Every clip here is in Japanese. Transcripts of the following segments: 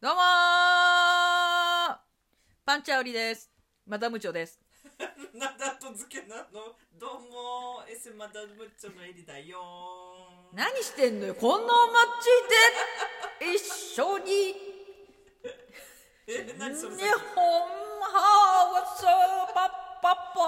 どうもーパンチャウリです。マダムチョです。なんだとつけなのどうもエスマダムッチョのエリだよー何してんのよ、この街で一緒にえ何日そ本れハワソパッパ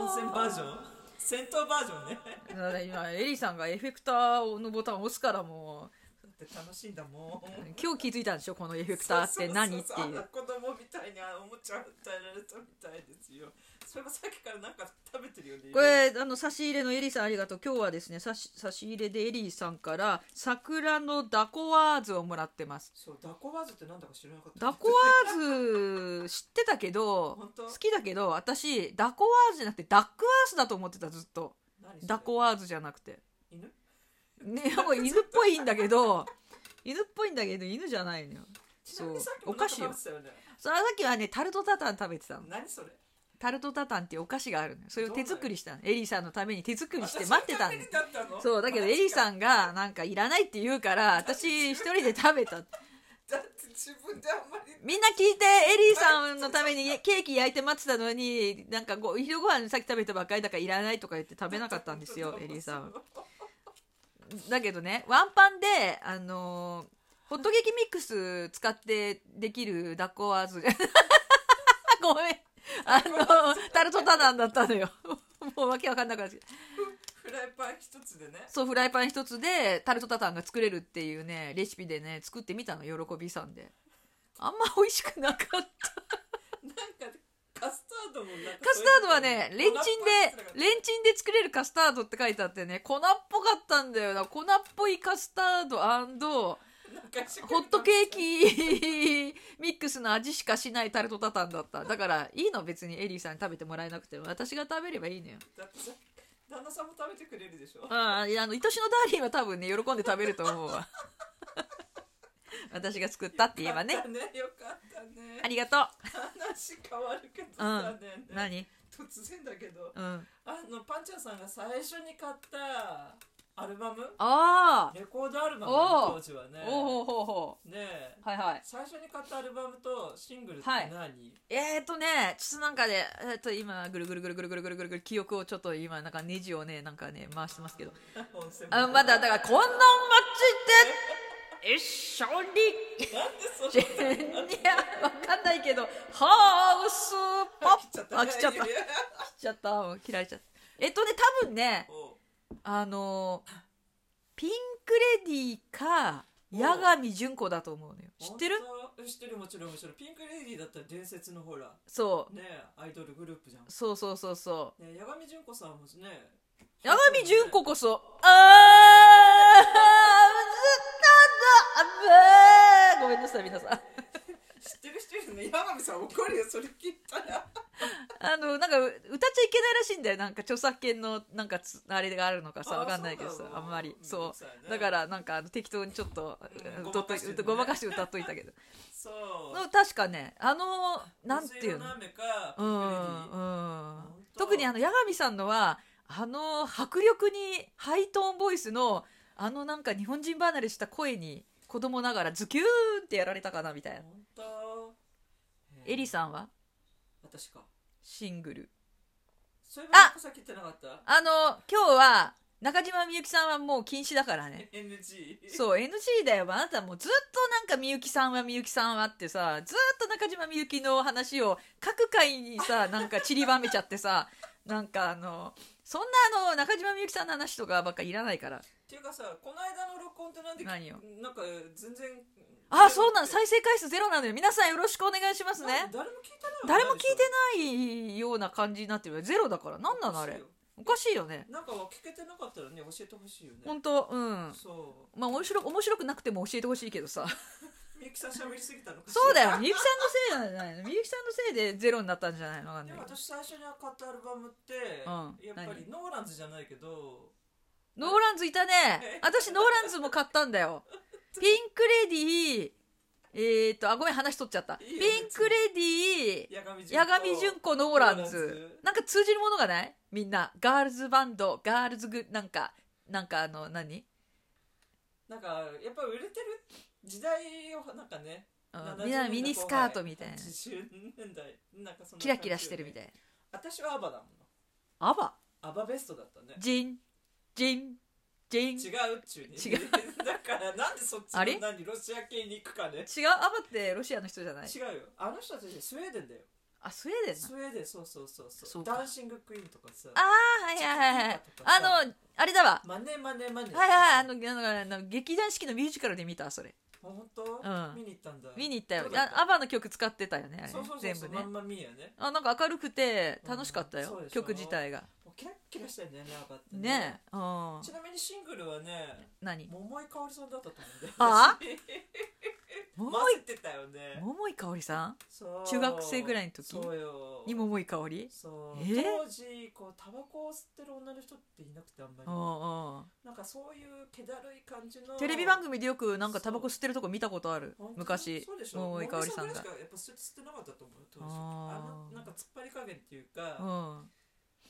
温ッ泉バージョン戦闘バージョンねパーだから今、エリさんがエフェクターのボタンを押すからもだって楽しいんだも、うん今日気づいたんでしょ、このエフェクターって何ってそうそうそうあんいなう。子供みたいにあおもちゃ与えられたみたいですよそれもさっきからなんか食べてるよねこれあの差し入れのエリーさんありがとう今日はですね差し差し入れでエリーさんから桜のダコワーズをもらってますそうダコワーズってなんだか知らなかったダコワーズ知ってたけど本当好きだけど私ダコワーズじゃなくてダックワースだと思ってたずっと何それダコワーズじゃなくて犬 ねもう犬っぽいんだけど犬っぽいんだけど犬じゃないのよちなみにさっきおも菓子よなん食べてたよねその時はねタルトタタン食べてたの何それタルトタタンっていうお菓子があるのよそれを手作りしたのエリーさんのために手作りして私待ってたんですのためにだったのそうだけどエリんさんがなんかいらないって言うから私一人で食べただって自分であんまりみんな聞いてエリさんのためにケーキ焼いて待ってたのになんかご昼ご飯さっき食べたばっかりだからいらないとか言って食べなかったんです よエリさんだけどねワンパンであのーホットケーキミックス使ってできるダコワーズ ごめんあのタルトタダンだったのよ もうわけわかんなくなってきたフライパン一つでねそうフライパン一つでタルトタタンが作れるっていうねレシピでね作ってみたの喜びさんであんま美味しくなかったなんかカスタードもなんかカスタードはねレンチンでンレンチンで作れるカスタードって書いてあってね粉っぽかったんだよな粉っぽいカスタードホットケーキミックスの味しかしないタルトタタンだっただからいいの別にエリーさんに食べてもらえなくても私が食べればいいのよだってさ旦那さんも食べてくれるでしょああ、いやあの、愛しのダーリンは多分ね、喜んで食べると思うわ。 私が作ったって言えばねよか。ったねよかったねありがと話変わるけどうんさ、ねう。えね何え突然だけどうん。ああのパンチャーさんが最初に買ったアルバムあレコードアルバおムう当時はねーおうほうほうほねえう。はいはい。最初に買ったアルバムとシングルってはい何、 えーとね、ちょっとなんかね、えーと今、ぐるぐるぐるぐるぐるぐるぐるぐる、記憶をちょっと今、なんかネジをね、なんかね、回してますけど。温泉あまだ、だから、こんな街で、一緒に、なんでそれいや、わかんないけど、ハウスパ来ちゃっッたあ、来ちゃった。来ちゃった。もう切られちゃった。えっとね、多分ね、おうあのーピンクレディーか八神純子だと思うのよ知ってる本当知ってるもちろんもちろんピンクレディーだったら伝説のほらそうねアイドルグループじゃん、そうそうそうそね、八神純子さんもねう八神純子こそあーずっとだあぶーごめんなさい皆さん知ってる人いるね八神さん怒るよそれ聞いたらあのなんか歌っちゃいけないらしいんだよなんか著作権のなんかつあれがあるのかさわかんないけどさあんまりそうだかららなんかあの適当にちょっとうん歌っとごまかしてるねごまかして歌っといたけ どそうの確かねあのなんていうの水色雨かうピんンうクレディーん本当特にあの八神さんのはあの迫力にハイトーンボイスのあのなんか日本人離れした声に子供ながらズキューンってやられたかなみたいな本当エリんさんは私かシングルそういえばあなんかさっき言ってなかったあの今日は中島みゆきさんはもう禁止だからね NG そう NG だよあなたもうずっとなんかみゆきさんはみゆきさんはってさずっと中島みゆきの話を各回に さなんか散りばめちゃってさなんかあのそんなあの中島みゆきさんの話とかばっかいらないからっていうかさこの間の録音ってなんで何よなんか全然あそうなの再生回数ゼロなのよ皆さんよろしくお願いしますね誰も聞いてない誰も聞いてないような感じになってるよゼロだから何なのあれおかしいよねなんか聞けてなかったらね教えてほしいよね本当うんそまあ面白く面白くなくても教えてほしいけどさうみゆきさん喋りすぎたのかしらそうだよみゆきさんのせいじゃないのみゆきさんのせいでゼロになったんじゃないのわかんでないもけど私最初に買ったアルバムって、うんやっぱりノーランズじゃないけどノーランズいたねえ私ノーランズも買ったんだ よピンクレディーえー、っとあごめん話取っちゃったいピいよンクレディー八神八神純子ノーランノーランズズなんか通じるものがないみんなガールズバンドガールズグなんかなんかあの何なんかやっぱ売れてる時代をなんかねうんみんなミニスカートみたいな80年代なんかそんなキラキラしてるみたいいな私はアバだもんアバアバベストだったねジンジンジン違違ううっちゅうに違 だからなんでそっちあれの何ロシア系に行くかねアバってロシアの人じゃない違うよあの人たちスウェーデンだよあスウェーデンなスウェーデンそうそうそうそうそうかダンシングクイーンとかさああはいはいはいはいあのあれだわマネマネマネはいはいあのあのあの劇団四季のミュージカルで見たそれ本当、うん見に行ったんだ見に行ったよどうだあアバの曲使ってたよねあれそうそうそう全そ部う、ねまんまみやねあなんか明るくて楽しかったうんよ、そうでしょ曲自体がもうキラッキラしたよねアバってねえ、うんちなみにシングルはね何桃井かおりさんだったと思うんだよあ私桃混ぜてたよ井ね桃井かおりさんそう中学生ぐらいの時そうよに桃井かおりそうえ当時こうタバコを吸ってる女の人っていなくてあんまうんりうんなんかそういう気だるい感じのテレビ番組でよくなんかタバコ吸ってるとこ見たことある本当昔そうでしょ桃井かおりさん桃井がぐらいしかやっぱ吸ってなかったと思う当時あーあのなんか突っ張り加減っていうか、うん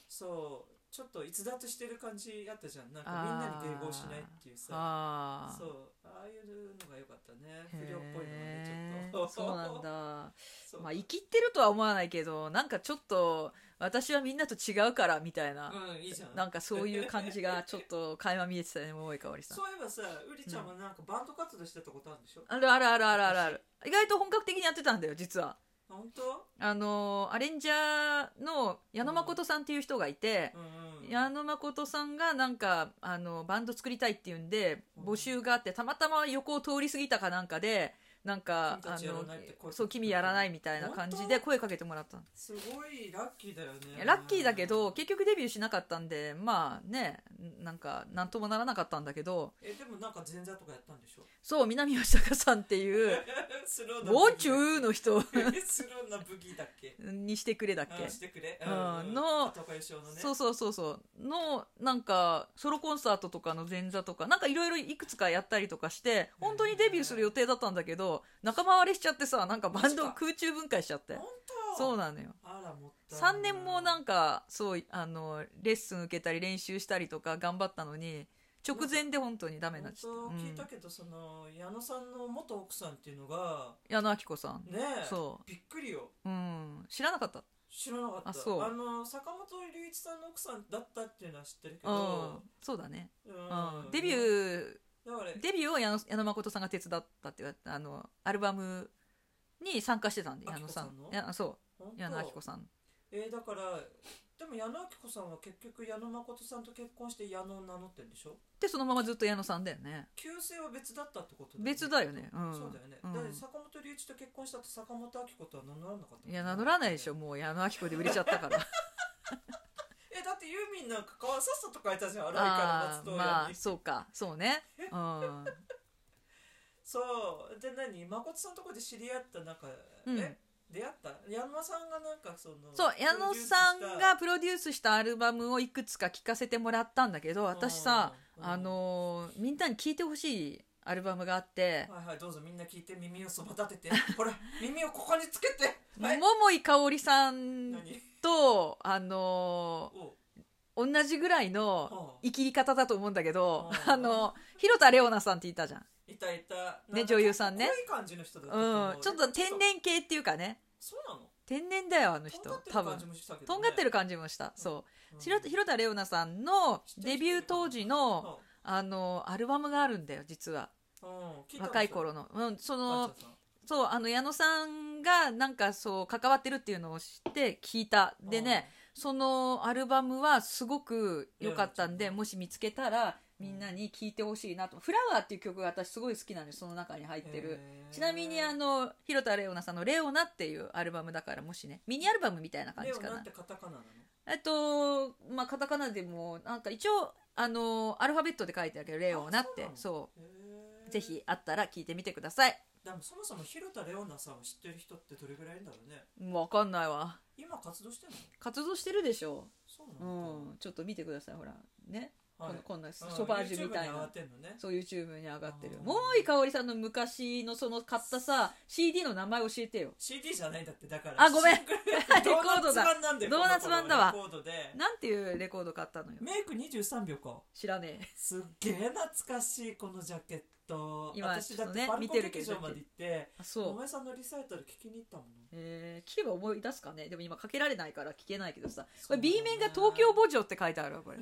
そうちょっと逸脱してる感じやったじゃんなんかみんなに迎合しないっていうさあそあうああいうのが良かったね不良っぽいのがねへちょえっとそうなんだ そうまあ生きってるとは思わないけどなんかちょっと私はみんなと違うからみたいな、うんいいじゃんなんかそういう感じがちょっと垣間見えてたね桃井かおりさんそういえばさうりちゃんはなんかバンド活動してたことあるんでしょ、あるあるあるあるあるある意外と本格的にやってたんだよ実は本当あのーアレンジャーの矢野誠さんっていう人がいて、うんうん矢野誠さんがなんかあのバンド作りたいっていうんでうん募集があってたまたま横を通り過ぎたかなんかでなんか君たあちやらないって声かけてくれたのそう君やらないみたいな感じで本声かけてもらったのすごいラッキーだよねいやラッキーだけど結局デビューしなかったんでまあねなんかなんともならなかったんだけどえでもなんか前座とかやったんでしょ そう南吉高さんっていうス「ロウーなォンチュー」のの 人スローな武器だっけにしてくれだっけあしてくれうんうんの高井翔のねそうそうそうそうのなんかソロコンサートとかの前座とかなんかいろいろいくつかやったりとかして本当にデビューする予定だったんだけど仲間割れしちゃってさなんかバンドを空中分解しちゃって本当そうなのよあらもったいない3年もなんかそうあのレッスン受けたり練習したりとか頑張ったのに直前で本当にダメになっ本ち当ゃった、うん聞いたけどその矢野さんの元奥さんっていうのが矢野明子さんねえそびっくりよう、うん、知らなかった知らなかったあそうの坂本龍一さんの奥さんだったっていうのは知ってるけうんど、そうだね、ううんんデビューーだからデビューを矢野矢野誠さんが手伝ったって言われたあのアルバムに参加してたんで矢野さん明子さんのいやそう本当矢野明子さんえーだからでも矢野明子さんは結局矢野誠さんと結婚して矢野を名乗ってるんでしょでそのままずっと矢野さんだよね旧姓は別だったってこと別だよねうんそうだよね、うんだって坂本龍一と結婚したと坂本明子とは名乗らなかったもんねいや名乗らないでしょもう矢野明子で売れちゃった からえだってユーミンなんか川さっさと書いたじゃん荒井あから夏あとまやあにそうかそう ねうんそうで何誠さんとこで知り合ったなんか、うんえ出会った矢野さんがなんかそのそう矢野さんがププロデュースしたアルバムをいくつか聴かせてもらったんだけどロデュー私スしたさ、うんあのーみんなに聴いてほしいアルバムがあってはいはいどうぞみんな聞いて耳をそば立ててほら 耳をここにつけてはい桃井かおりさん何とあのーお同じぐらいのお生き方だと思うんだけど、うんあの広田レオナさんっていたじゃん、いたいたねなんか女優さんねかっこいい感じの人だった思う、うんちょっと天然系っていうかねそうなの天然だよあの人多とんがってる感分じもしたけどねとんがってる感じもしたそうう、んひろ広田レオナさんの知ってるデビュー当時のうあのアルバムがあるんだよ実はんうん聞たことある若い頃の、うん、そあのちゃんさんそうあの矢野さんがなんかそう関わってるっていうのを知って聞いたでね、そのアルバムはすごく良かったんいでやもし見つけたらみんなに聴いてほしいなと「フラワー」っていう曲が私すごい好きなんでその中に入うっんてるへーちなみにあの広田レオナさんの「レオナ」っていうアルバムだからもしねミニアルバムみたいな感じレオかなんなてカタカナなのえっとまあカタカナでもなんか一応あのアルファベットで書いてあるけど「レオナ」ってあそへうーぜひあったら聴いてみてくださいでもそもそも広田レオナさんを知ってる人ってどれぐらいいるんだろうねもう分かんないわ今活動してんの活動してるでしょそううなんだんちょっと見てくださいほらねはこいのこんなソうんバージュみたい YouTube に上がなってんのねそう YouTube に上がってるあー桃井かおりさんの昔のその買ったさ CD の名前教えてよ CD じゃないんだってだからあご めんシングルレコードだドーナツ版なんだよドーナツ版だわこの頃レコードでなんていうレコード買ったのよメイク23秒か知らねえすっげえ懐かしいこのジャケッと今私だっちょてっとパね見ルコてるけ劇ど場まで行ってあおそう、前さんのリサイタル聞きに行ったもの えー聞けば思い出すかねでも今かけられないから聞けないけどさこそれうね B 面が「東京墓場」って書いてある わこれ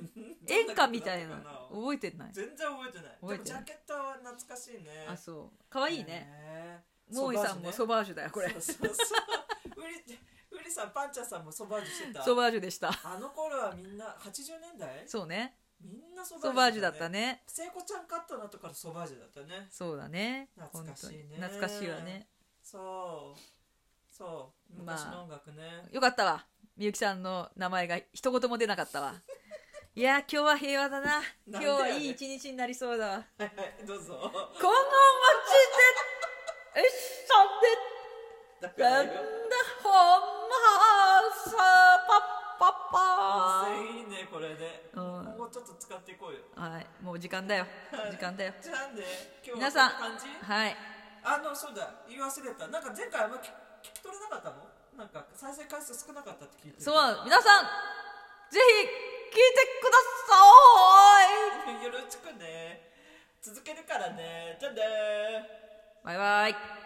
演歌みたいどなん曲だったかな覚えてない全然覚えてない覚えでもてジないャケットは懐かしいねあそう可愛いねねモーイさんもソバージュだよこれそうそうそうウリウリさんパンチャさんもソバージュしてたソバージュでしたあの頃はみんな80年代そうねみんなソソババーージジュュだったね聖子ちゃんカットの後からソバージュだったねそうだね懐かしいね本当に懐かしいわねそうそうまあ昔の音楽ね、よかったわみゆきさんの名前が一言も出なか ったわいやー今日は平和だな今日はいい一日になりそうだわはいはいどうぞこの 街で一緒だでかならんよだほんまさパッパッパ全員いいねこれでうん今後ちょっと使っていこうよはい、もう時間だよ。時間だよ。じゃあね今日皆はさんこんな感じはい。あのそうだ言い忘れたなんか前回あんま聞聞き取れなかったのなんか再生回数少なかったって聞いてる そう、皆さん、ぜひ、聞いてくださよろしくね続けるからねじゃあねーいバイバイ。